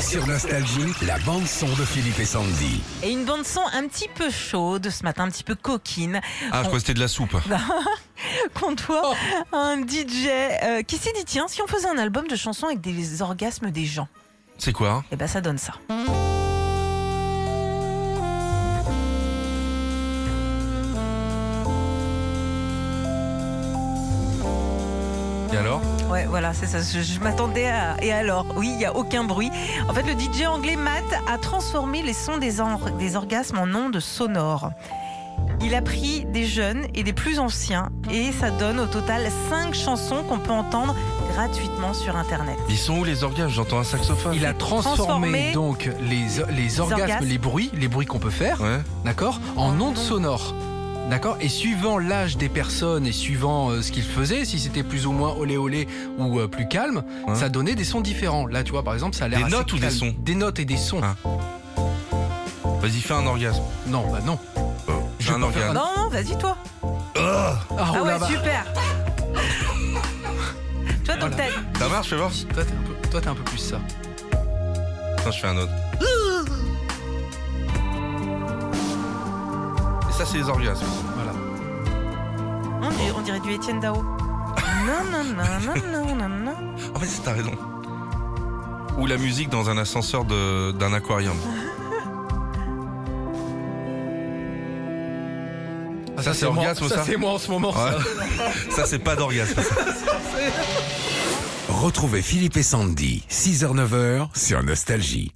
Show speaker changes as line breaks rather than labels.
Sur Nostalgie, la bande-son de Philippe et Sandy.
Et une bande son un petit peu chaude ce matin, un petit peu coquine,
Ah, je crois que c'était de la soupe.
qu'on doit à un DJ euh, qui s'est dit tiens, si on faisait un album de chansons avec des orgasmes des gens,
C'est quoi
et ben ça donne ça.
hein Et alors
Ouais, voilà, c'est ça. Je, je m'attendais à. Et alors Oui, il n'y a aucun bruit. En fait, le DJ anglais Matt a transformé les sons des, or- des orgasmes en ondes sonores. Il a pris des jeunes et des plus anciens et ça donne au total 5 chansons qu'on peut entendre gratuitement sur Internet.
Ils sont où les orgasmes J'entends un saxophone.
Il a
Transformé
transformé donc les, les orgasmes,
orgasmes.
les bruits, les bruits qu'on peut faire,
Ouais.
d'accord, en ondes sonores. D'accord Et suivant l'âge des personnes et suivant euh, ce qu'ils faisaient, si c'était plus ou moins olé olé ou euh, plus calme,
Hein
ça donnait des sons différents. Là, tu vois, par exemple, ça a l'air
Des
assez
notes ou des
calme.
sons
Des notes et des sons.
Hein. Vas-y, fais un orgasme.
Non, bah non.
Oh,
Je
fais
peux
un
faire
Non,
orgasme.
non, vas-y toi.
Ah,
Ah
oh là
ouais,
bah.
super. Toi, donc
Voilà.
t'as
Ça marche, fais voir.
Toi, t'es un peu- toi, t'es un peu plus ça.
Attends, je fais un autre. Et ça, c'est les orgasmes.
Voilà.
On dirait, on dirait du Étienne Dao. Non, non, non, non, non, non, non.
En fait, t'as raison. Ou la musique dans un ascenseur de- d'un aquarium.
Ah,
Ça, c'est
moi-
orgasme, ça
c'est moi en ce moment. ça.
Ouais. ça, c'est pas d'orgasme.
Retrouvez Philippe et Sandy, 6h-9h sur Nostalgie.